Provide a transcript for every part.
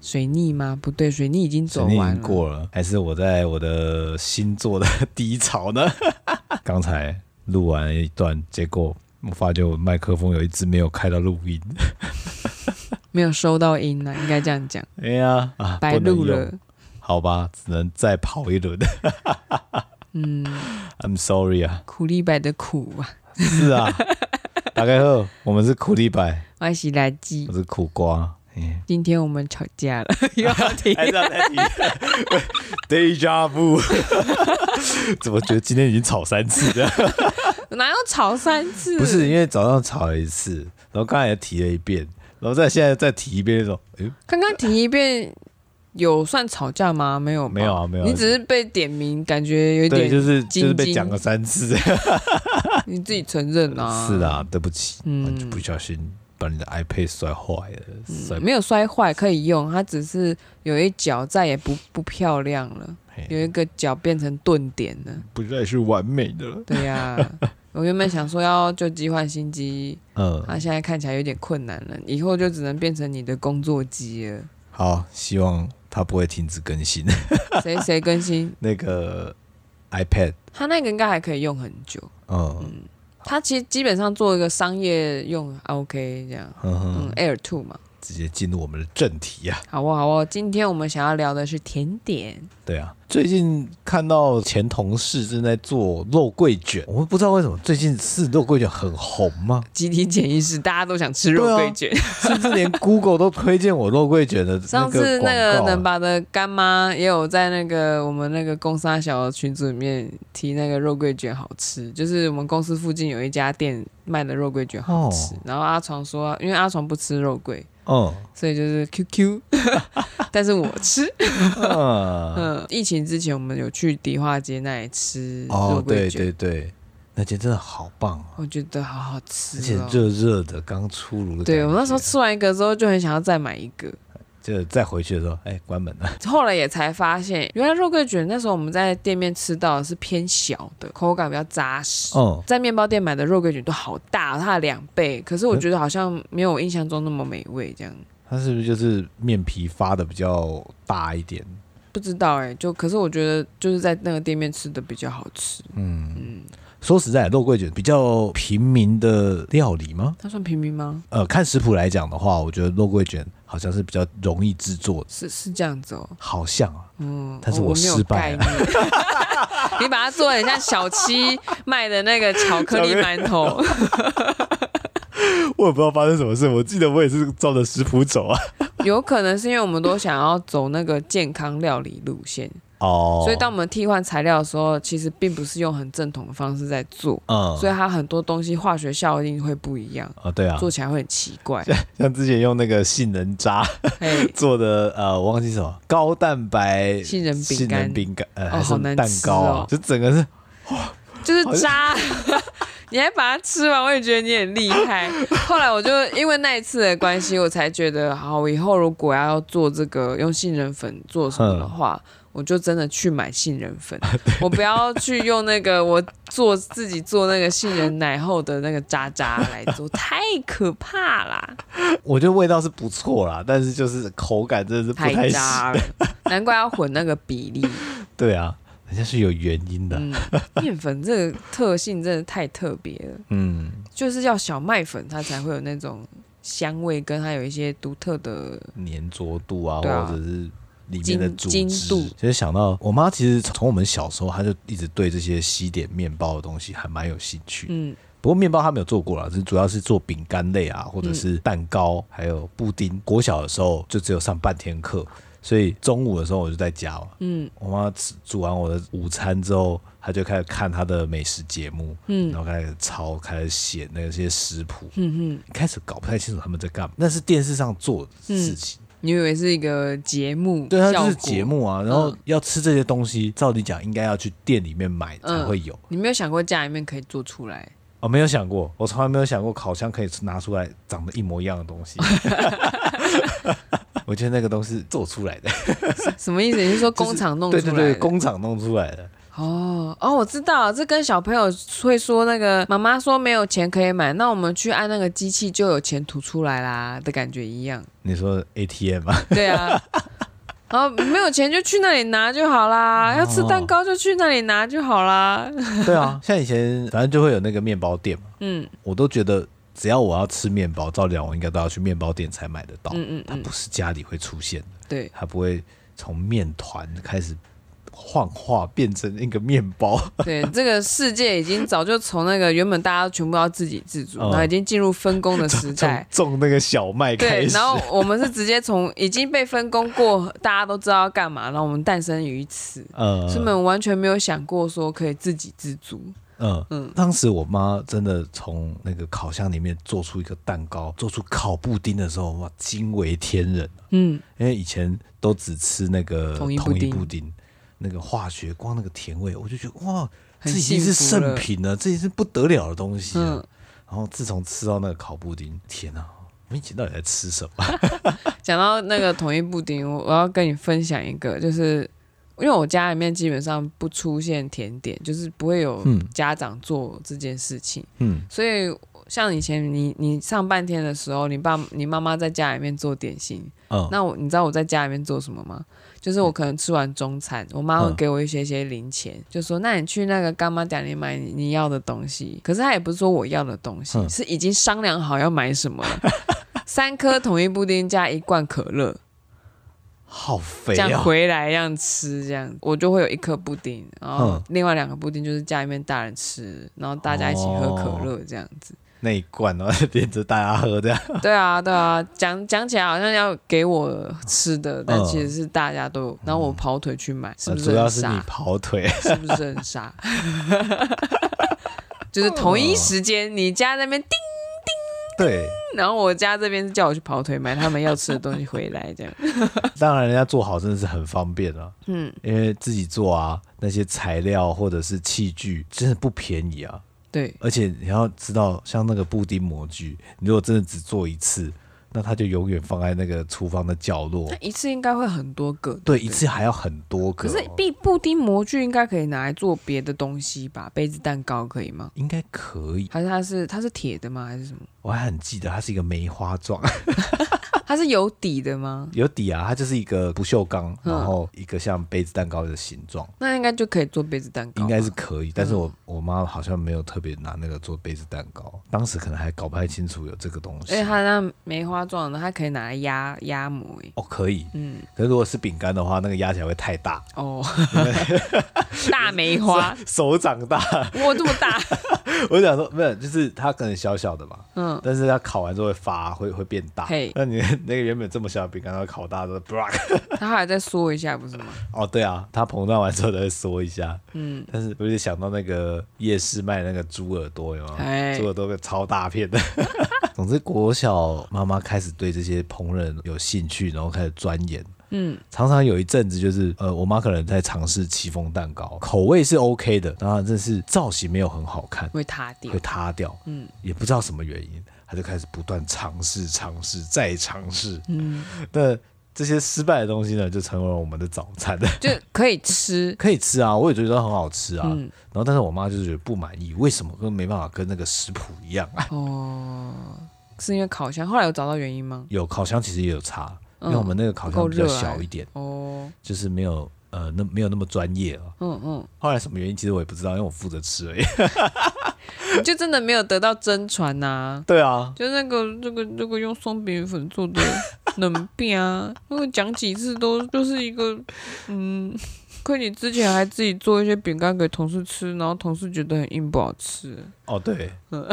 水逆吗？不对，水逆已经走肯定已完经了。过了，还是我在我的星座的 低潮呢？刚才录完一段，结果我发觉我麦克风有一只没有开到录音。 没有收到音啊呢、应该这样讲，哎呀，啊，白 不能录用了。好吧，只能再跑一轮。 嗯， I'm sorry 啊，苦力白的苦啊，是啊，大概后我们是苦力白，我是来记我。是苦瓜。 哎今天我们吵架了， 又要提。 还是要再提 Deja vu，怎么觉得今天已经吵三次了？哪有吵三次？不是，因为早上吵了一次，然后刚才也提了一遍，然后再现在再提一遍那种，哎，刚刚提一遍，有算吵架吗？没有吧，没有啊没有啊哦你只是被点名，感觉有对，点就是就是斤被斤讲了三次，你自己承认啊。是，啊，对不起，嗯就不小心把你的 iPad 摔坏了，摔没有摔坏，可以用。它只是有一角再也不不漂亮了，嘿有一个角变成钝点了。不再是完美的了，对呀、我原本想说要旧机换新机，啊嗯，它现在看起来有点困难了，以后就只能变成你的工作机了。好，希望它不会停止更新 谁谁更新，那个 iPad，它那个应该还可以用很久。嗯它其实基本上做一个商业用啊 OK 这样，嗯嗯哼， ，Air Two 嘛。直接进入我们的正题啊，好哦，好哦，今天我们想要聊的是甜点，对啊，最近看到前同事正在做肉桂卷，我们不知道为什么最近是肉桂卷很红吗？集体潜意识，大家都想吃肉对啊桂卷。甚至连 Google 都推荐我肉桂卷的上次那那个个广告啊能，把的干妈也有在那个我们那个公沙小群组里面提那个肉桂卷好吃，就是我们公司附近有一家店卖的肉桂卷好吃。哦然后阿床说，因为阿床不吃肉桂， 嗯所以就是 QQ，但是我 吃。嗯，嗯，疫情之前我们有去迪化街那里吃肉哦，桂对卷，对对，那间真的好棒哦，我觉得好好吃、而哦，且热热的，刚出炉的感觉。对我那时候吃完一个之后，就很想要再买一个。就再回去的时候，哎，关门了。后来也才发现，原来肉桂卷那时候我们在店面吃到的是偏小的，口感比较扎实。 哦，在面包店买的肉桂卷都好大，它的两倍，可是我觉得好像没有我印象中那么美味，这样它是不是就是面皮发的比较大一点？不知道哎、就可是我觉得就是在那个店面吃的比较好吃。嗯嗯说实在，肉桂卷比较平民的料理吗？它算平民吗？呃，看食谱来讲的话，我觉得肉桂卷好像是比较容易制作的，是是这样子哦，好像啊，嗯，但是我我没有失败概念。 你把它做的像小七卖的那个巧克力馒 头， 我也不知道发生什么事。我记得我也是照着食谱走啊。 有可能是因为我们都想要走那个健康料理路线，哦，所以当我们替换材料的时候，其实并不是用很正统的方式在做，嗯，所以它很多东西化学效应会不一样，啊，对啊，做起来会很奇 怪。像之前用那个杏仁渣嘿，做的，呃，我忘记什么高蛋白杏仁饼杏干仁饼干，呃，哦还是好难蛋糕啊，吃哦就整个是 就是渣， 你还把它吃完，我也觉得你很厉害。后来我就因为那一次的关系，我才觉得，好，我以后如果要做这个用杏仁粉做什么的话。嗯我就真的去买杏仁 粉，我不要去用那个我做自己做那个杏仁奶后的那个渣渣来做，太可怕啦！我觉得味道是不错啦，但是就是口感真的是不太行。渣了， 难怪要混那个比例。对啊，人家是有原因的。嗯，面粉这个特性真的太特别了，嗯，就是要小麦粉它才会有那种香味，跟它有一些独特的。粘着度啊，对啊或者是里面的组筋织筋度。其实想到我妈，其实从我们小时候，她就一直对这些西点面包的东西还蛮有兴趣。嗯，不过面包她没有做过啦，就是主要是做饼干类啊，或者是蛋糕，还有布丁。国小的时候就只有上半天课，所以中午的时候我就在家嘛。嗯，我妈吃煮完我的午餐之后，她就开始看她的美食节目，嗯然后开始抄，开始写那些食谱。嗯哼，开始搞不太清楚他们在干嘛，那是电视上做的嗯事情。你以为是一个节目？对，它就是效果嗯节。目啊，然后要吃这些东西，照理讲应该要去店里面买嗯才会有。你没有想过家里面可以做出来？哦，没有想过，我从来没有想过烤箱可以拿出来长得一模一样的东 西。我觉得那个都是做出来的，什么意思？你是说工厂弄出对来的？对对，工厂弄出来的。哦哦，我知道，这跟小朋友会说那个妈妈说没有钱可以买，那我们去按那个机器就有钱吐出来啦的感觉一样。你说 ATM 吗？对啊，然后没有钱就去那里拿就好啦，要吃蛋糕就去那里拿就好啦。对啊，像以前反正就会有那个面包店嘛，嗯我都觉得只要我要吃面包，照理讲我应该都要去面包店才买得到，嗯嗯它嗯，不是家里会出现的，对，它不会从面团开始幻化变成一个面包。 对，这个世界已经早就从那个原本大家全部要自给自足，哦然后已经进入分工的时代从。种那个小麦开对，始然，后我们是直接从已经被分工过，大家都知道要干嘛，然后我们诞生于此。呃是们完全没有想过说可以自给自足。嗯嗯当时我妈真的从那个烤箱里面做出一个蛋糕，做出烤布丁的时候，哇，惊为天人啊！嗯，因为以前都只吃那个统同一一布丁布丁，那个化学光那个甜味，我就觉得哇，这很已经是幸福了圣品了，这已经是不得了的东西了。嗯然后自从吃到那个烤布丁，天啊！我们以前到底在吃什么？讲到那个统一布丁，我我要跟你分享一个，就是因为我家里面基本上不出现甜点，就是不会有嗯家长做这件事情，嗯，所以。像以前你你上半天的时候，你爸你妈妈在家里面做点心，嗯那我你知道我在家里面做什么吗？就是我可能吃完中餐，我妈会嗯给我一些些零钱，就说那你去那个干妈店里买你你要的东西。可是她也不是说我要的东西，嗯是已经商量好要买什 么了。三颗统一布丁加一罐可乐，好肥这样啊！回来这样吃，这样我就会有一颗布丁，然后嗯另外两个布丁就是家里面大人吃，然后大家一起喝可乐这样子。 那一罐 然后连着大家喝这样。 对啊，对啊，讲讲起来好像要给我吃的，但其实是大家都有，然后我跑腿去买，是不嗯呃啊主是要很是你傻？跑腿， 是不是很傻？ 就是同一时间，你家那边叮，对，然后我家这边是叫我去跑腿买他们要吃的东西回来，这样。当然人家做好真的是很方便啊，嗯，因为自己做啊，那些材料或者是器具真的不便宜啊。对，而且你要知道，像那个布丁模具，你如果真的只做一次，那它就永远放在那个厨房的角落那。一次应该会很多个。对，不一。次还要很多个哎可哦、是布布丁模具应该可以拿来做别的东西吧？杯子蛋糕可以吗？应该可以。还是它是它是铁的吗？还是什么？啊我还很记得，它是一个梅花状， 它是有底的吗？有底啊，它就是一个不锈钢，嗯然后一个像杯子蛋糕的形状，那应该就可以做杯子蛋糕吧。嗯应该是可以。但是我我妈好像没有特别拿那个做杯子蛋糕，当时可能还搞不太清楚有这个东西而且。它哎那梅花状的，它可以拿来压压模耶。哦，可以。嗯，可是如果是饼干的话，那个压起来会太大， 哦， 大梅花，手掌大。 哇，这么大，我想说，没有，就是它可能小小的嘛，嗯，但是它烤完之后会发，会会变大嘿。那你 那个原本这么小的饼干，它烤大之后，它还再缩一下，不是吗？哦，对啊，它膨胀完之后再缩一下。嗯，但是我就想到那个夜市卖那个猪耳朵，有吗？哎猪耳朵超大片 的。总之，国小妈妈开始对这些烹饪有兴趣，然后开始钻研。嗯，常常有一阵子就是，呃，我妈可能在尝试戚风蛋糕，口味是 OK 的，当然这是造型没有很好看，会塌掉会。塌掉。嗯也不知道什么原因，她就开始不断尝试、尝试、再尝试。嗯，那这些失败的东西呢，就成为了我们的早餐。就可以吃。可以吃啊，我也觉得很好吃啊。嗯然后，但是我妈就是觉得不满意，为什么跟没办法跟那个食谱 一样啊？哦，是因为烤箱。后来有找到原因吗？有烤箱其实也有差，嗯因为我们那个烤不够箱比较热啊小一点，哦，就是没有呃那没有那么专业啊。嗯嗯，后来什么原因其实我也不知道，因为我负责 吃而已。你就真的没有得到真传呐、对啊，就那个这个这个用松饼粉做的冷饼 啊，因为讲几次都就是一个嗯，亏你之前还自己做一些饼干给同事吃，然后同事觉得很硬不好吃。哦对，嗯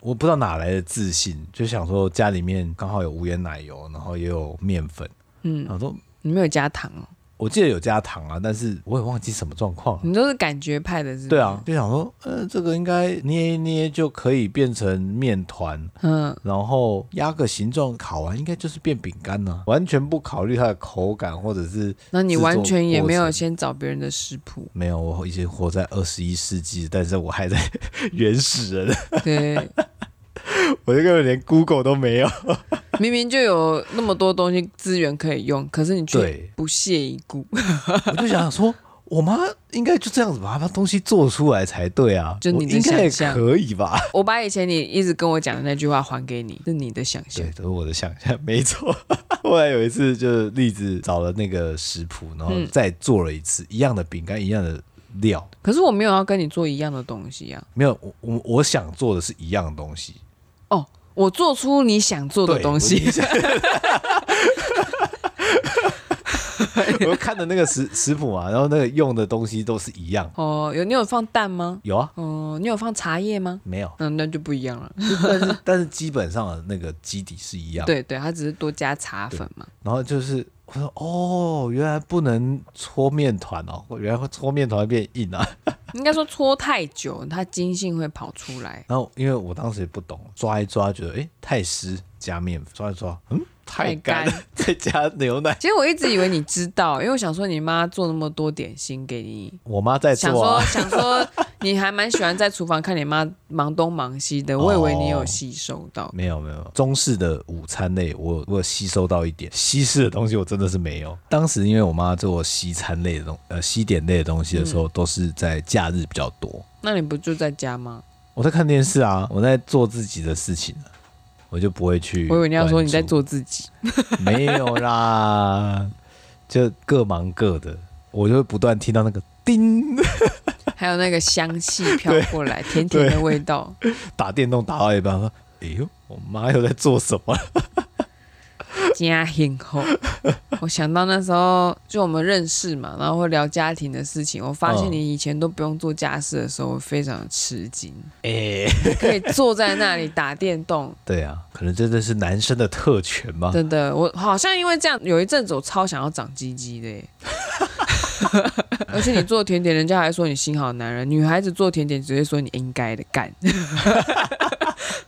我不知道哪来的自信，就想说家里面刚好有无盐奶油，然后也有面粉，嗯，然后说你没有加糖哦，我记得有加糖啊，但是我也忘记什么状况了。你都是感觉派的是不是哦对啊，，就想说，呃，这个应该捏一捏就可以变成面团，嗯，然后压个形状烤完，应该就是变饼干呢、完全不考虑它的口感或者是那你完全也没有制作过程，先找别人的食谱没有。我已经活在二十一世纪，但是我还在 原始人，对，我这个连 Google 都没有。明明就有那么多东西资源可以用，可是你却对，不屑一顾， 我就想说，我妈应该就这样子吧，把东西做出来才对啊，就你我的应该也想象可以吧？我把以前你一直跟我讲的那句话还给你，是你的想象对，。都是我的想象，没错。 后来有一次，就是栗子找了那个食谱，然后再做了一次、一样的饼干，一样的料，可是我没有要跟你做一样的东西啊。没有我我我想做的是一样的东西，哦，我做出你想做的对东西。。 我我看的那个食食谱嘛，然后那个用的东西都是一样， 哦，有你有放蛋吗？有啊，哦，你有放茶叶吗？没有，嗯，那就不一样了。但是但是基本上的那个基底是一样。，嗯对对，它只是多加茶粉嘛。然后就是我说哦，原来不能搓面团哦，原来会搓面团会变硬啊。应该说搓太久，它筋性会跑出来。然后因为我当时也不懂，抓一抓觉得诶太湿，加面粉抓一抓，嗯太太干，干 再加牛奶。其实我一直以为你知道，因为我想说你妈做那么多点心给你，我妈在想做说啊，想说你还蛮喜欢在厨房看你妈忙东忙西哦的，我以为你有吸收到。没有没有，中式的午餐类我有我有吸收到一点，西式的东西我真的是没有。当时因为我妈做西餐类的东呃西点类的东西的时候，都是在假日比较多。那你不就在家吗？我在看电视啊，我在做自己的事情啊，我就不会去。我以为你要说你在，做自己。没有啦，就各忙各的，我就会不断听到那个叮，还有那个香气飘过 来，甜甜的味道。打电动打到一半，说：“哎呦，我妈又在做什 么家庭后，我想到那时候就我们认识嘛，然后会聊家庭的事情。我发现嗯你以前都不用做家事的时候，我非常的吃惊，？”哎、可以坐在那里打电动，对啊，可能真的是男生的特权吧。真的，我好像因为这样，有一阵子我超想要长鸡鸡的耶。 而且你做甜点，人家还说你心好男人；女孩子做甜点，直接说你应该的干。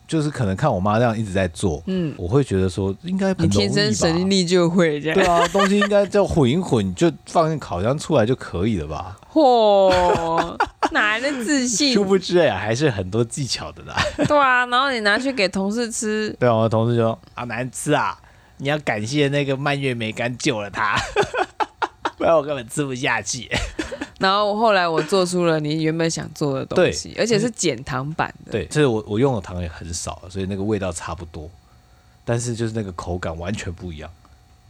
就是可能看我妈这样一直在做，嗯，我会觉得说应该很你容天生易神吧。力就会这样对。啊，东西应该就混一混，就放进烤箱出来就可以 了吧？ 嚯、哪来的自 信？殊不知哎、还是很多技巧的啦。 对啊，然后你拿去给同事吃，对啊，我的同事就说啊难吃啊，你要感谢那个蔓越莓干救了他， 不然我根本吃不下去。然后后来我做出了你原本想做的东西，而且是减糖版的。对，就是我我用的糖也很少，所以那个味道差不多，但是就是那个口感完全不一样。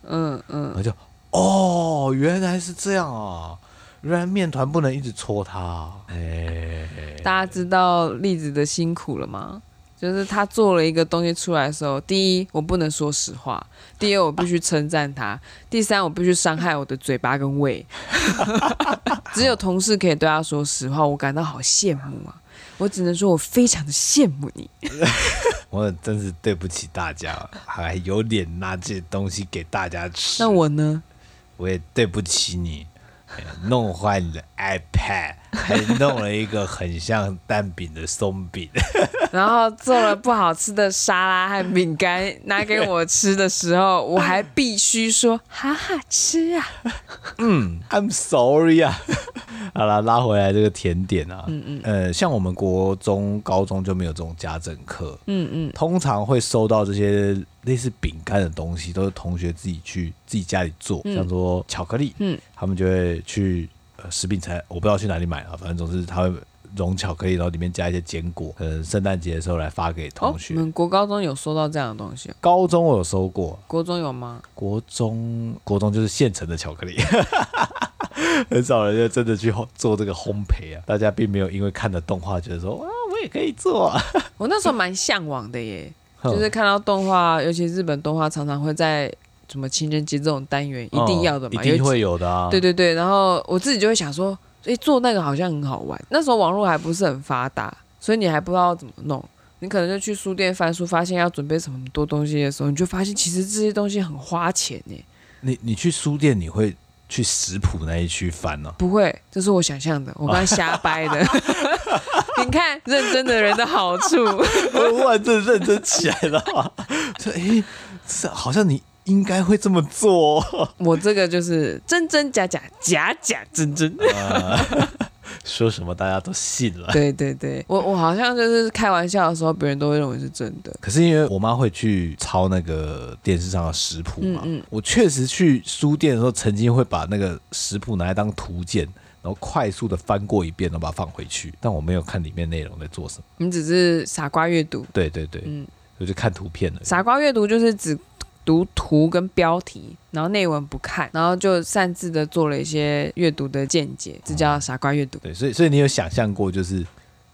嗯嗯，我就哦，原来是这样啊，原来面团不能一直搓它、啊。哎，大家知道栗子的辛苦了吗？就是他做了一个东西出来的时候，第一我不能说实话，第二我必须称赞他，第三我必须伤害我的嘴巴跟胃。 只有同事可以对他说实话，我感到好羡慕啊！我只能说我非常的羡慕你。我真是对不起大家，还有脸拿这些东西给大家吃。那我呢？我也对不起你，哎弄坏你的 iPad，还弄了一个很像蛋饼的松饼。然后做了不好吃的沙拉和饼干拿给我吃的时候，我还必须说哈哈吃啊！ I'm sorry 啊。 好啦，拉回来这个甜点啊，嗯嗯，呃，像我们国中、高中就没有这种家政课，嗯嗯，通常会收到这些类似饼干的东西，都是同学自己去自己家里做，像说巧克力，嗯，他们就会去呃食品材，我不知道去哪里买啊，反正总之他会融巧克力，然后里面加一些坚果，可能圣诞节的时候来发给哦同，学。你们国高中有收到这样的东西哦？高中我有收过，国中有吗？国中国中就是现成的巧克力， 很少人就真的去烘做这个烘焙啊。大家并没有因为看了动画觉得说哇，我也可以做、啊。我那时候蛮向往的耶，哼 就是看到动画，尤其日本动画常常会在什么情人节这种单元一定要的嘛，嗯一定有会有的啊。对对对，然后我自己就会想说，诶，做那个好像很好玩。那时候网络还不是很发达，所以你还不知道怎么弄。你可能就去书店翻书，发现要准备什么多东西的时候，你就发现其实这些东西很花钱呢。你你去书店，你会去食谱那一区翻哦呢、不会，这是我想象的，我刚才 瞎掰的。你看，认真的人的好处， 我忽然真的认真起来了、啊， 这诶，这好像你应该会这么做、哦。 我这个就是真真假假，假假真真。说什么大家都信了。对对对，我我好像就是开玩笑的时候，别人都会认为是真的。可是因为我妈会去抄那个电视上的食谱嘛，嗯嗯我确实去书店的时候，曾经会把那个食谱拿来当图鉴，然后快速的翻过一遍，然后把它放回去。但我没有看里面内容在做什么。你只是傻瓜阅读，对对对，嗯我就看图片了。傻瓜阅读就是只读图跟标题，然后内文不看，然后就擅自的做了一些阅读的见解，这叫傻瓜阅读。对，所以所以你有想象过，就是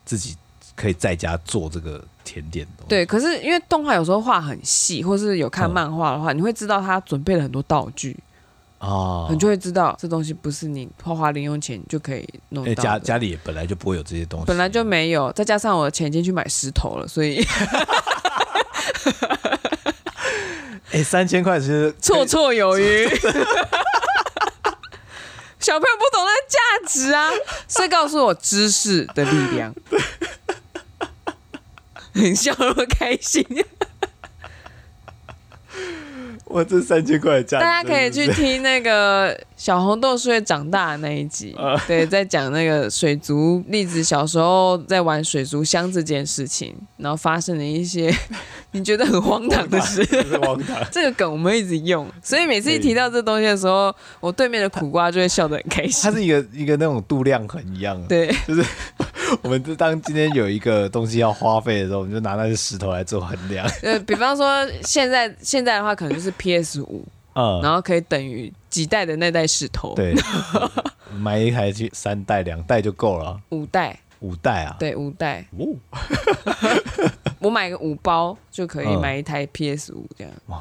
自己可以在家做这个甜点的东西？对，可是因为动画有时候画很细，或是有看嗯漫画的话，你会知道他准备了很多道具，啊，你就会知道这东西不是你花花零用钱就可以弄因为到哎家的家里也本来就不会有这些东西，本来就没有，再加上我的钱已经去买石头了，所以哎、三千块其实绰绰有余。 小朋友不懂那价值啊，是告诉我知识的力量。你笑那么开心， 我这三千块的价大值家可以真去的是听那个小红豆是会长大的那一集，对，在讲那个水族栗子小时候在玩水族箱这件事情，然后发生了一些 你觉得很荒唐的事。 真是荒唐。这个梗我们一直用，所以每次一提到这东西的时候，我对面的苦瓜就会笑得很开 它心。是一个一个那种度量衡一样的。对， 我们就当今天有一个东西要花费的时候，我们就拿那些石头来做衡量。呃，比方说现在现在的话，可能就是 PS 五，嗯，然后可以等于几代的那代石头，对， 买一台去三代两代就够了，五代，五代啊。对，五代，哦，我买个五包就可以嗯买一台 PS 五这样。有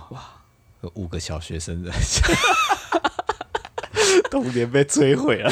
哦五个小学生的 童年被摧毁 了。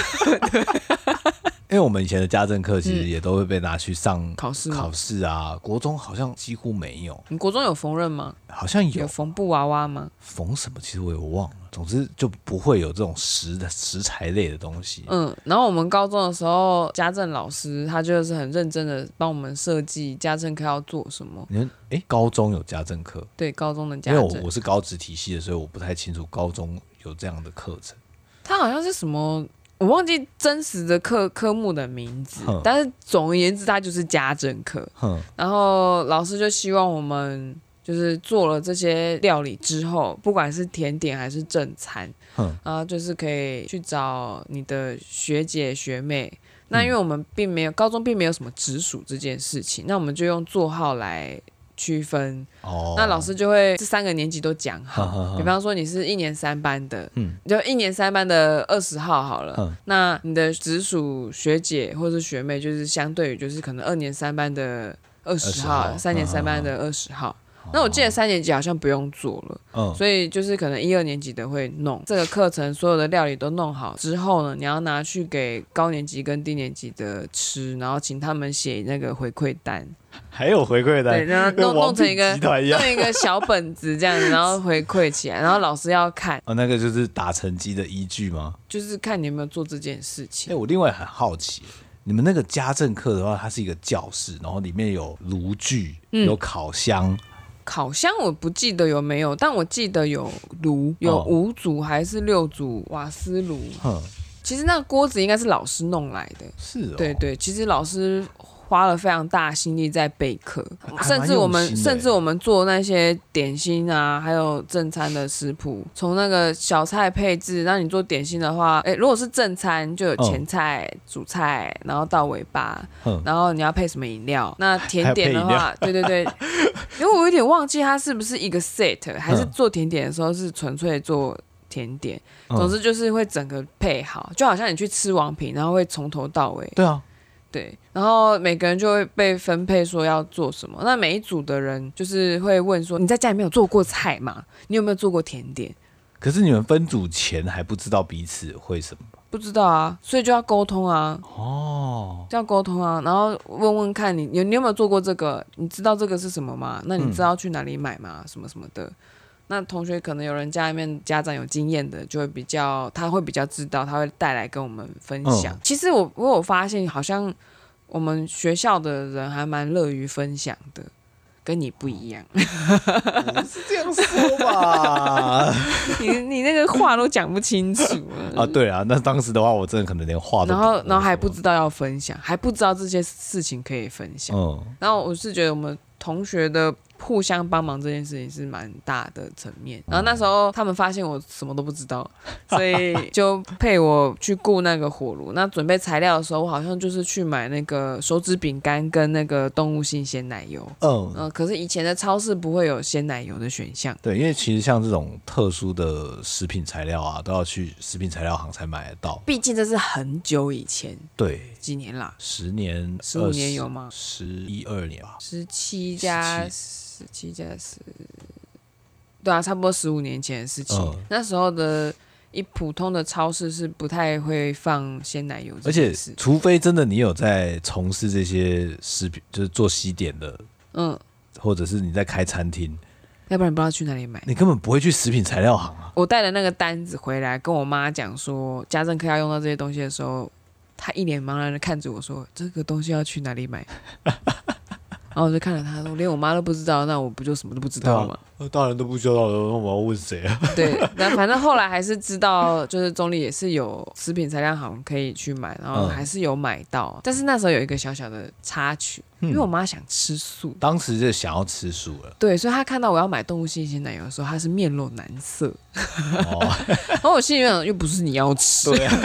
因为我们以前的家政课其实也都会被拿去上嗯考试吗考试啊，国中好像几乎没有，你国中有缝纫吗？好像有有缝布娃娃吗？缝什么，其实我也忘了。总之就不会有这种食的食材类的东西。嗯，然后我们高中的时候，家政老师他就是很认真的帮我们设计家政课要做什么。你看，哎、高中有家政课，对，高中的家因为我政，我是高职体系的，所以我不太清楚高中有这样的课程。他好像是什么，我忘记真实的科科目的名字哼，但是总而言之，它就是家政课。哼，然后老师就希望我们就是做了这些料理之后，不管是甜点还是正餐，哼然后就是可以去找你的学姐学妹。嗯那因为我们并没有高中并没有什么直属这件事情，那我们就用座号来区分。哦，那老师就会这三个年级都讲呵呵好，呵比方说你是一年三班的，嗯就一年三班的二十号好了，嗯那你的直属学姐或是学妹，就是相对于就是可能二年三班的二十号， 20三年三班的二十号。哦那我记得三年级好像不用做了，嗯，所以就是可能一二年级的会弄这个课程，所有的料理都弄好之后呢，你要拿去给高年级跟低年级的吃，然后请他们写那个回馈单，还有回对，馈单，然后弄跟王弄成一个品集团一样弄一个小本子这样子，然后回馈起来，然后老师要看， 哦，那个就是打成绩的依据吗？就是看你有没有做这件事哎、情。我另外很好奇，你们那个家政课的话，它是一个教室，然后里面有炉具，嗯有烤箱，烤箱我不记得有没有，但我记得有炉，有哦五组还是六组瓦斯炉。哼，其实那个锅子应该是老师弄来的，是哦，对，对，其实老师花了非常大的心力在备课，还甚至我蛮们用心的甚至我们做那些点心啊，还有正餐的食谱，从那个小菜配置，那你做点心的话，诶，如果是正餐就有嗯前菜、主菜，然后到尾巴，哼，然后你要配什么饮料？那甜点的还话，对 对对，因为我有点忘记它是不是一个 set，还是嗯做甜点的时候是纯粹做甜点。总嗯、之就是会整个配好，就好像你去吃王品，然后会从头到尾。对啊，对，然后每个人就会被分配说要做什么。那每一组的人就是会问说：“你在家里面有做过菜吗？你有没有做过甜点可是你们分组前还不知道彼此会什么？”不知道啊，所以就要沟通啊，哦，就要沟通啊，然后问问看你有你有没有做过这个？你知道这个是什么吗？那你嗯知道去哪里买吗？什么什么的。那同学可能有人家里面家长有经验的，就会比较他会比较知道，他会带来跟我们分享。嗯其实我我有发现，好像我们学校的人还蛮乐于分享的，跟你不一样， 不 是这样说吧？你你那个话都讲不清楚 啊啊，对啊，那当时的话，我真的可能连话都然不后懂然后还不知道要分享，还不知道这些事情可以分享。嗯然后我是觉得我们同学的互相帮忙这件事情是蛮大的层面。然后那时候他们发现我什么都不知道，所以就配我去雇那个火炉。那准备材料的时候，我好像就是去买那个手指饼干跟那个动物性鲜奶油。嗯，嗯、可是以前的超市不会有鲜奶油的选项。对，因为其实像这种特殊的食品材料啊，都要去食品材料行才买得到。毕竟这是很久以前，对，几年啦，十年、 15年有吗十一二年吧，十七加十七加十，对啊，差不多十五年前的事情。嗯那时候的一普通的超市是不太会放鲜奶油这而且件事，除非真的你有在从事这些食品，就是做西点的，嗯，或者是你在开餐厅，要不然不知道去哪里买。你根本不会去食品材料行啊。我带了那个单子回来，跟我妈讲说家政课要用到这些东西的时候，她一脸茫然的看着我说：“这个东西要去哪里买？” 然后我就看着她说：“连我妈都不知道，那我不就什么都不知道吗？”呃，大人都不知道了，那我要问谁啊？对，那反正后来还是知道，就是中立也是有食品材料行可以去买，然后嗯还是有买到。但是那时候有一个小小的插曲，因为嗯我妈想吃素，当时就想要吃素了。对，所以她看到我要买动物性鲜奶油的时候，她是面露难色。哦，然后我心里想，又不是你要吃，对啊，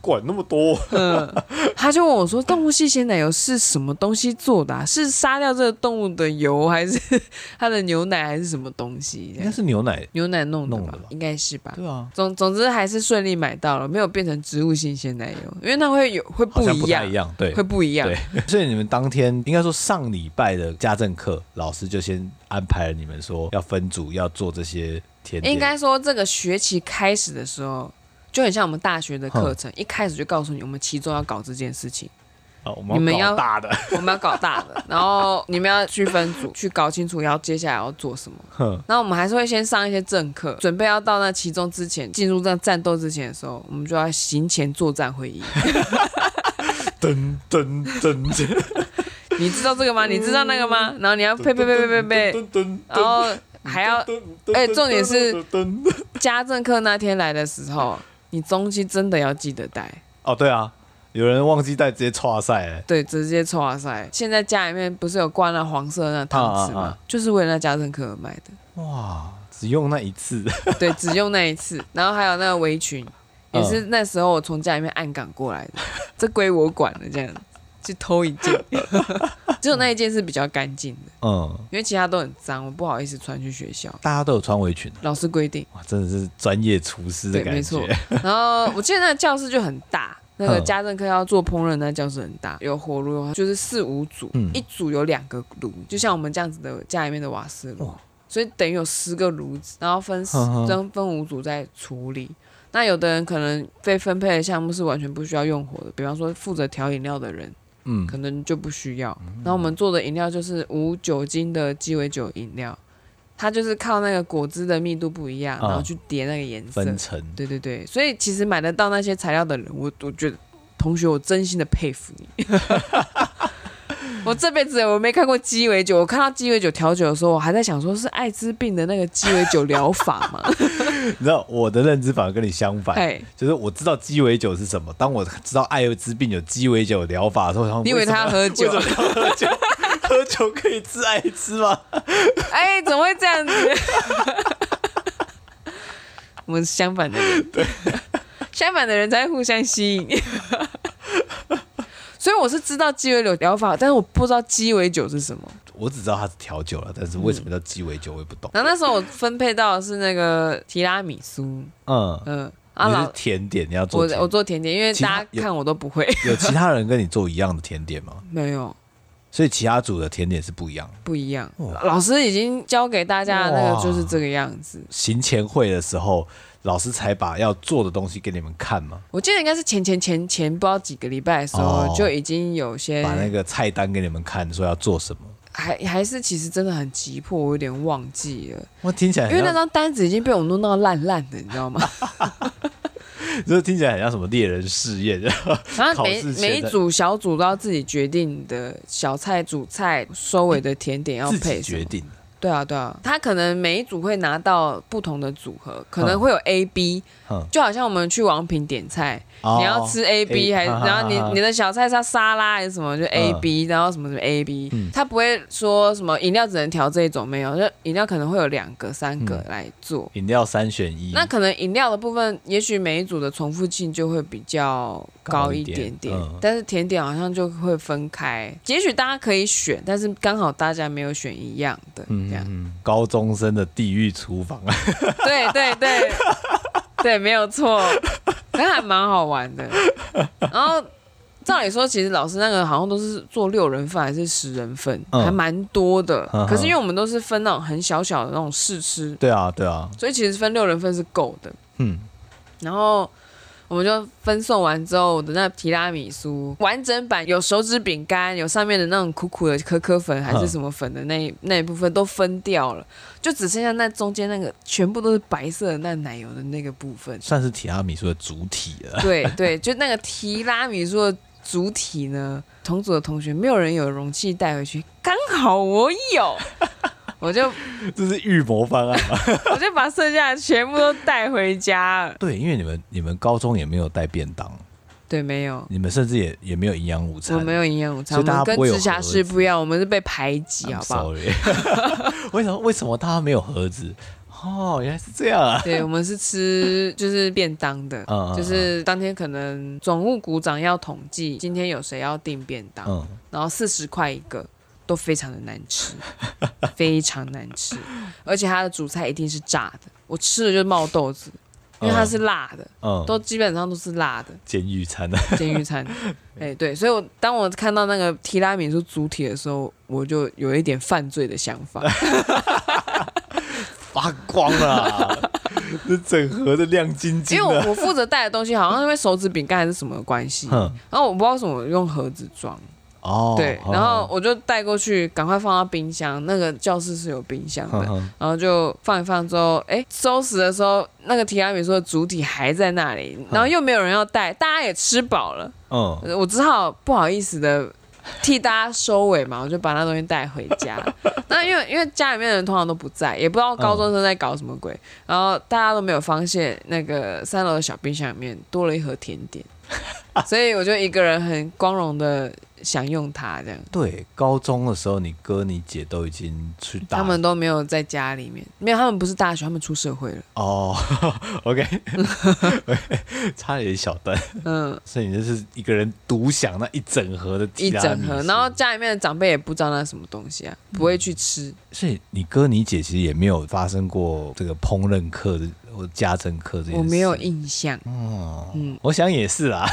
管那么多。嗯，她就问我说，动物性鲜奶油是什么东西做的、啊？是杀掉这个动物的油，还是 它的牛奶，还是什么东西应？该是牛奶。牛奶弄的弄吧的吧，应该是吧。对啊，总总之还是顺利买到了，没有变成植物性鲜奶油，因为那会有会好不像一不太样，一样。对会，不一样对。所以你们当天应该说上礼拜的家政课，老师就先安排了你们说要分组要做这些甜点。应该说这个学期开始的时候，就很像我们大学的课程，一开始就告诉你我们期中要搞这件事情，哦，我你们们要要搞大的。我们要搞大的，然后你们要去分组去搞清楚要接下来要做什么。哼，然后我们还是会先上一些正课，准备要到那其中之前，进入这战斗之前的时候，我们就要行前作战会议。噔噔噔，你知道这个吗？你知道那个嗯吗？然后你要配配配配配配，噔噔，然后还要哎重点是噔。家政课那天来的时候，你东西真的要记得带。哦，对啊，有人忘记带，直接岔赛了。对，直接抽哇塞！现在家里面不是有挂那黄色的那汤匙吗？啊啊啊就是为了那家政课而买 的。哇，只用那一次。对，只用那一次。然后还有那个围裙，也是那时候我从家里面暗港过来的，嗯这归我管了，这样去偷一 件。只有那一件是比较干净的，嗯，因为其他都很脏，我不好意思穿去学校。大家都有穿围裙啊，老师规定。哇，真的是专业厨师的对，感没觉错。。 然后我记得那个教室就很大，那个嗯家政课要做烹饪，那教室很大，有火炉，就是四五组，嗯一组有两个炉，就像我们这样子的家里面的瓦斯炉哇，所以等于有十个炉子，然后分十哼哼分分五组在处理。那有的人可能被分配的项目是完全不需要用火的，比方说负责调饮料的人嗯，可能就不需要。然后我们做的饮料就是无酒精的鸡尾酒饮料，它就是靠那个果汁的密度不一样，嗯然后去叠那个颜色。分层。对对对，所以其实买得到那些材料的人，我我觉得同学，我真心的佩服你。 我这辈子我没看过鸡尾酒，我看到鸡尾酒调酒的时候，我还在想说是艾滋病的那个鸡尾酒疗法嘛？你知道我的认知反而跟你相反，哎，就是我知道鸡尾酒是什么。当我知道艾滋病有鸡尾酒疗法的时候，然后你以为他要喝酒为什么要喝酒？喝酒可以治艾滋吗？哎，怎么会这样子？ 我们是相反的人，相反的人才会互相吸引。 所以我是知道鸡尾酒疗法，但是我不知道鸡尾酒是什么。我只知道它是调酒了，但是为什么嗯叫鸡尾酒我也不懂。然后那时候我分配到的是那个提拉米苏，嗯，嗯，啊你是老，甜点，你要做我甜我做甜点，因为其他大家看我都不会， 有其他人跟你做一样的甜点吗？没有所以其他组的甜点是不一样的。不一样哦。老师已经教给大家的那个哇就是这个样子。行前会的时候，老师才把要做的东西给你们看嘛，我记得应该是前前前前不知道几个礼拜的时候哦就已经有些，把那个菜单给你们看，说要做什么。还还是其实真的很急迫，我有点忘记了，我听起来因为很那像，张单子已经被我弄到烂烂的，你知道 吗？就是听起来很像什么猎人试验，然后考每试前的每一组小组都要自己决定你的小菜、主菜、收尾的甜点要自配己什么决。定的。对啊，对啊，他可能每一组会拿到不同的组合，可能会有 A、B，嗯就好像我们去王品点菜，哦你要吃 A、B 还是啊哈然后你啊哈你的小菜是要沙拉还是什么，就 A、B，然后什么什么 A、B，嗯他不会说什么饮料只能调这一种，没有，就饮料可能会有两个、三个嗯来做。饮料三选一，那可能饮料的部分，也许每一组的重复性就会比较高一点高一点，点嗯但是甜点好像就会分开。也许大家可以选，但是刚好大家没有选一样的，这样。嗯，高中生的地狱厨房 啊， 对对对 对，没有错，但还蛮好玩的。然后照理说，其实老师那个好像都是做六人份还是十人份，嗯还蛮多的嗯。可是因为我们都是分那种很小小的那种试吃，对啊，对啊，所以其实分六人份是够的。嗯，然后我们就分送完之后，我的那提拉米苏完整版有手指饼干，有上面的那种苦苦的可可粉还是什么粉的那一那一部分都分掉了，就只剩下那中间那个全部都是白色的那奶油的那个部 。分算是提拉米苏的主体了，对对，就那个提拉米苏的主体呢，同组的同学没有人有容器带回去，刚好我有。我就这是预谋方案吗？我就把剩下的全部都带回家 了。 对，因为你们你们高中也没有带便当，对，没有，你们甚至也也没有营养午餐，我没有营养午餐，所我以大家们跟不会有直辖市不一样，我们是被排挤， I'm 好不好？ sorry，为什么为什么他没有盒子？哦，原来是这 样啊！对，我们是吃就是便当的嗯嗯，嗯就是当天可能总务股长要统计今天有谁要订便当，嗯，然后四十块一个，都非常的难吃，非常难吃，而且它的主菜一定是炸的，我吃了就冒豆子，因为它是辣的，嗯，都基本上都是辣的。监狱餐啊，监狱 餐。哎、对，所以我当我看到那个提拉米苏主体的时候，我就有一点犯罪的想法。发光了， 这整盒的亮晶因晶为的。我我负责带的东西好像是因为手指饼干还是什么的关系，哼，然后我不知道为什么我用盒子装，哦，对，好然后，我就带过去，赶快放到冰箱。那个教室是有冰箱好的，嗯哼哼然后就放一放之后，哎，收拾的时候那个提拉米苏的主体还在那里，然后又没有人要带，大家也吃饱了，嗯，我只好不好意思的替大家收尾嘛，我就把那东西带回家。那因为因为家里面的人通常都不在，也不知道高中生在搞什么鬼，然后大家都没有发现那个三楼的小冰箱里面多了一盒甜点，所以我就一个人很光荣的享用它，这样对，高中的时候，你哥你姐都已经去打他们都没有在家里面，没有，他们不是大学，他们出社会了，哦 ，OK，差了一小段，嗯。所以你就是一个人独享那一整盒的一提拉米整盒，苏然后家里面的长辈也不知道那是什么东西啊，不会去吃。所以你哥你姐其实也没有发生过这个烹饪课的或家政课这件事。我没有印象，哦，嗯我想也是啦。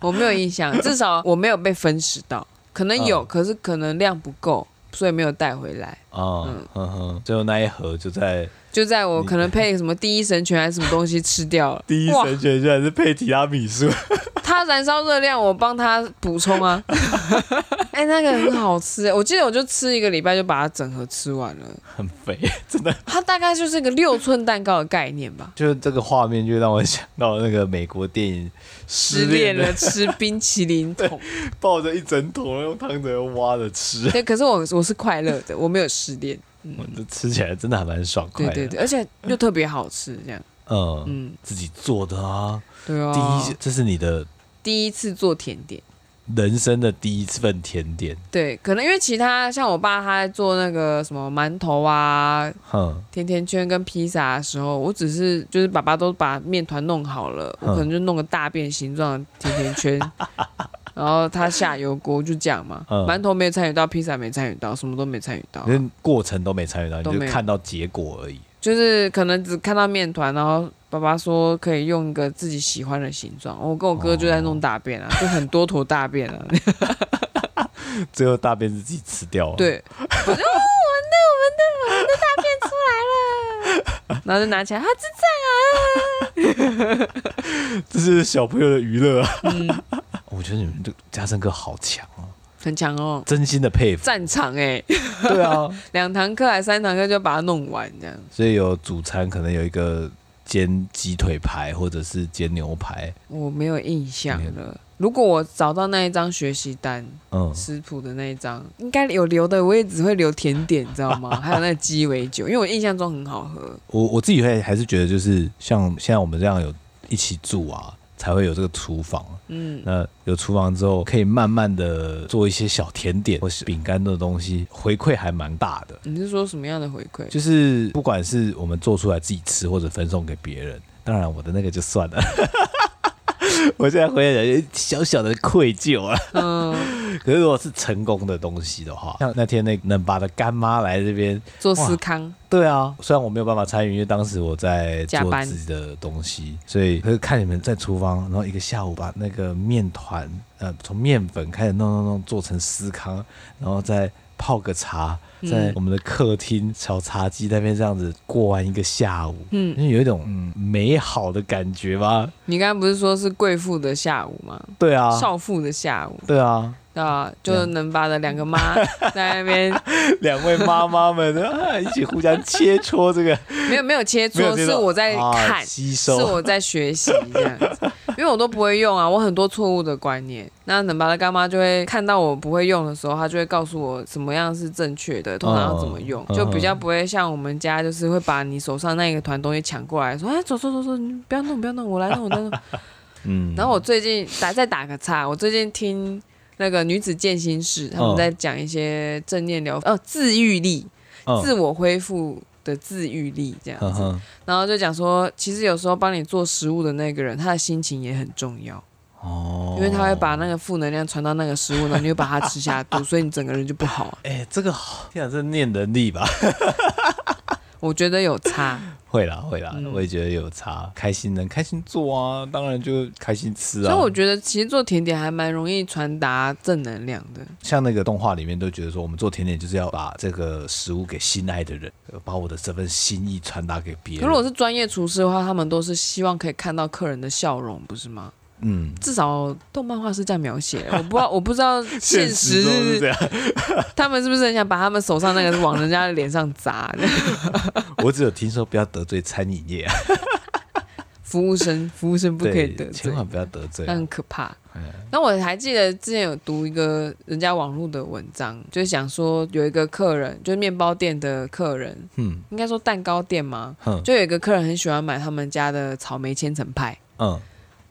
我没有印 象，至少我没有被分食到，可能有，嗯可是可能量不够，所以没有带回来。哦，嗯呵呵，最后那一盒就在就在我你，可能配什么第一神拳还是什么东西吃掉了 第一哇，神选居然是配提拉米苏， 它燃烧热量，我帮它补充啊。 哎、那个很好吃，我记得我就吃一个礼拜就把它整盒吃完了。很肥。它大概就是一个六寸蛋糕的概念吧。就是这个画面就让我想到那个美国电影《失失恋恋的了吃冰淇淋 桶，抱着一整桶用汤匙挖着吃，对，可是我我是快乐的，我没有失恋， 我这吃起来真的还蛮爽快对的。对对，而且又特别好吃，这样，嗯，嗯，自己做的啊，对啊，第一，这是你的第一次做甜点。人生的第一份甜点，对，可能因为其他像我爸他在做那个什么馒头啊、哼，甜甜圈跟披萨的时候，我只是就是爸爸都把面团弄好了，我嗯可能就弄个大便形状的甜甜圈，然后他下油锅就这样嘛。嗯馒头没有参与到，披萨没参与到，什么都没参与到，连过程都没参与到，都你没有就看到结果而已。 就是可能只看到面团，然后。爸爸说可以用一个自己喜欢的形状，哦我跟我哥就在弄大便啊，就很多坨大便啊，最后大便是自己吃掉了。，对，我就哦，我的我的我的大便出来了， 然后就拿起来，啊，这这是小朋友的娱乐、啊。嗯我觉得你们这家政课好强啊，很强哦，真心的佩服。战场哎、对啊， 两堂课还三堂课就把它弄完这样。所以有主餐可能有一个煎鸡腿排或者是煎牛排，我没有印象了，如果我找到那一张学习单，嗯，食谱的那一张，应该有留的，我也只会留甜点，你知道 吗？还有那个鸡尾酒，因为我印象中很好喝。我我自己会还是觉得就是像现在我们这样有一起住啊，才会有这个厨房。嗯，那有厨房之后，可以慢慢的做一些小甜点或是饼干的东西，回馈还蛮大的。你是说什么样的回馈？就是不管是我们做出来自己吃，或者分送给别人，当然我的那个就算了。 我现在回想有小小的愧疚啊。嗯，可是如果是成功的东西的话，像那天那冷爸的干妈来这边，做司康，对啊，虽然我没有办法参与，因为当时我在加做班自己的东西，所以可是看你们在厨房，然后一个下午把那个面团，呃，从面粉开始弄弄弄，做成司康，然后再泡个茶，在我们的客厅小茶几那边这样子过完一个下午，嗯因为有一种嗯美好的感觉吧？你刚刚不是说是贵妇的下午吗？对啊，少妇的下午对啊，啊，就能把的两个 妈在那边两位妈妈们啊一起互相切磋这个，没有没有切没有磋，这是种我在啊看，吸是收，我在学习这样子，因为我都不会用啊，我很多错误的观念。那冷巴的干妈就会看到我不会用的时候，她就会告诉我怎么样是正确的，通常要怎么用，嗯就比较不会像我们家就是会把你手上那个团东西抢过来，说哎走走走走，你不要弄不要弄，我来弄我来弄。嗯然后我最近打再打个岔，我最近听那个女子健心室，他们在讲一些正念疗呃自愈力、嗯自我恢复的自愈力这样嗯子。哼然后就讲说，其实有时候帮你做食物的那个人，他的心情也很重要，哦，因为他会把那个负能量传到那个食物，然后你就把它吃下 肚，所以你整个人就不好啊。哎、这个好，天啊，这念能力吧？我觉得有差，会啦，会啦，嗯我也觉得有差。开心能开心做啊，当然就开心吃啊。所以我觉得其实做甜点还蛮容易传达正能量的。像那个动画里面都觉得说，我们做甜点就是要把这个食物给心爱的人，呃把我的这份心意传达给可别人。是如果是专业厨师的话，他们都是希望可以看到客人的笑容，不是吗？嗯，至少动漫画是这样描 写，我不知道，我不知道现实实中是这样，他们是不是很想把他们手上那个往人家的脸上砸？我只有听说不要得罪餐饮业、啊， 服务生，服务生不可以对得，罪千，万不要得罪那啊、很可怕。嗯那我还记得之前有读一个人家网络的文章，就是想说有一个客人，就是面包店的客人，嗯应该说蛋糕店嘛，哼就有一个客人很喜欢买他们家的草莓千层派，嗯，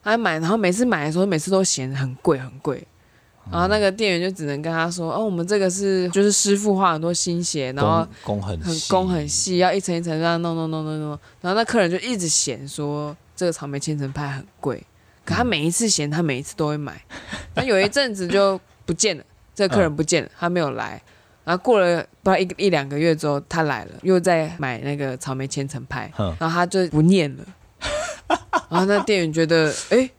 他买，然后每次买的时候，每次都嫌很贵很贵。嗯然后那个店员就只能跟他说：“哦，我们这个是就是师傅花很多心血，然后工工很很细工很，细，要一层一层这样弄弄弄弄弄。然后那客人就一直嫌说这个草莓千层派很贵，可他每一次嫌，他每一次都会买。那有一阵子就不见 了，这个客人不见了，他没有来。然后过了不知道一一两个月之后，他来了，又在买那个草莓千层派，哼，然后他就不念了。然后那店员觉得，哎、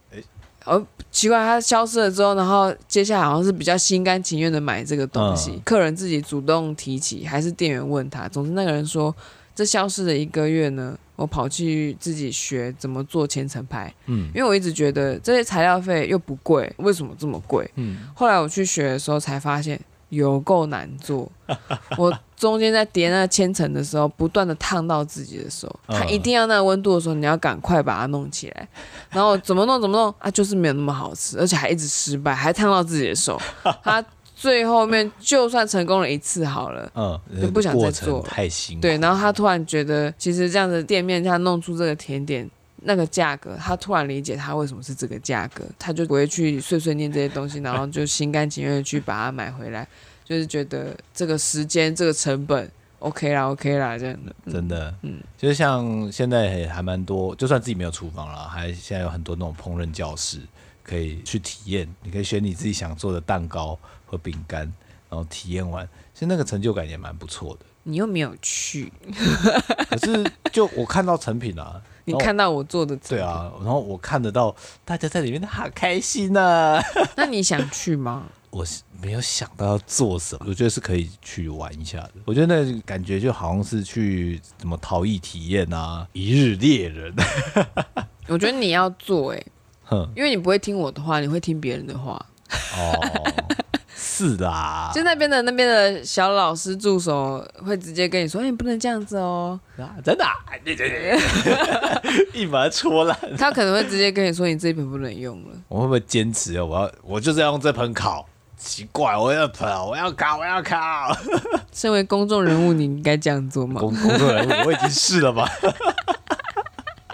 哦，奇怪，他消失了之后，然后接下来好像是比较心甘情愿的买这个东西，嗯客人自己主动提起，还是店员问他？总之那个人说，这消失的一个月呢，我跑去自己学怎么做千层派，嗯因为我一直觉得这些材料费又不贵，为什么这么贵？嗯，后来我去学的时候才发现有够难做。 我中间在叠那个千层的时候，不断的烫到自己的手。嗯它一定要那个温度的时候，你要赶快把它弄起来。然后怎么弄怎么弄啊，就是没有那么好吃，而且还一直失败，还烫到自己的手。它最后面就算成功了一次好了。嗯，就不想再过做程了太辛苦，对，然后他突然觉得，其实这样的店面，他弄出这个甜点那个价格，他突然理解他为什么是这个价格，他就不会去碎碎念这些东西，然后就心甘情愿的去把它买回来，就是觉得这个时间、这个成本 OK 啦，OK 啦，这样的。真的，嗯嗯，就是像现在也还蛮多，就算自己没有厨房了，还现在有很多那种烹饪教室可以去体验，你可以选你自己想做的蛋糕和饼干，然后体验完，其实那个成就感也蛮不错 的。你又没有去，可是就我看到成品啊，你然后看到我做的对，啊，然后我看得到大家在里面都好开心啊呐、那你想去吗？我是没有想到要做什么，我觉得是可以去玩一下的。我觉得那感觉就好像是去什么陶艺体验啊，一日猎人，我觉得你要做哎、 哼。因为你不会听我的话，你会听别人的话。哦， 是的啊，就那边的那边的小老师助手会直接跟你说：“哎、你不能这样子哦。”啊真的、啊，对对对， 硬把它戳烂。他可能会直接跟你说你这一盆不能用了。我会不会坚持啊？我要，我就是要用这盆烤。奇怪，我要喷，我要烤，我要烤。身为公众人物，你应该这样做吗？工工作人物，我已经试了吧？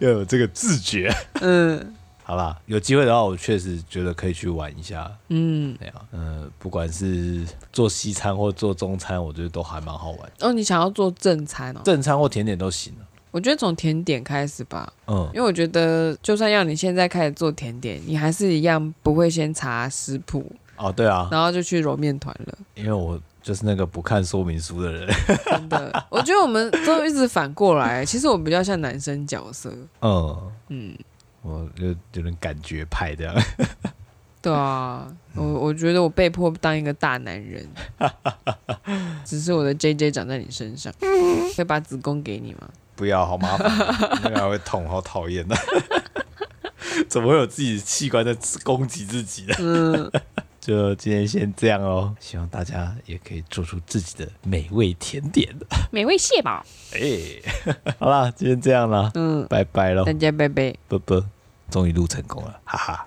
要有这个自觉。嗯，好啦，有机会的话，我确实觉得可以去玩一下。嗯，对啊，嗯，不管是做西餐或做中餐，我觉得都还蛮好玩。哦，你想要做正餐哦？正餐或甜点都行啊。我觉得从甜点开始吧，嗯，因为我觉得就算要你现在开始做甜点，你还是一样不会先查食谱，哦，对啊，然后就去揉面团了。因为我就是那个不看说明书的人。真的，我觉得我们都一直反过来，其实我比较像男生角色。嗯，嗯，我就有点感觉派这样。 对啊，我我觉得我被迫当一个大男人，只是我的 JJ 长在你身上，可以把子宫给你吗？不要，好 麻烦，那个还会痛，好讨厌的。 怎么会有自己的器官在攻击自己呢？嗯，就今天先这样哦，希望大家也可以做出自己的美味甜点。美味蟹堡。哎、 好啦，今天这样啦，嗯，拜拜喽，大家拜拜。啵啵，终于录成功了，哈哈。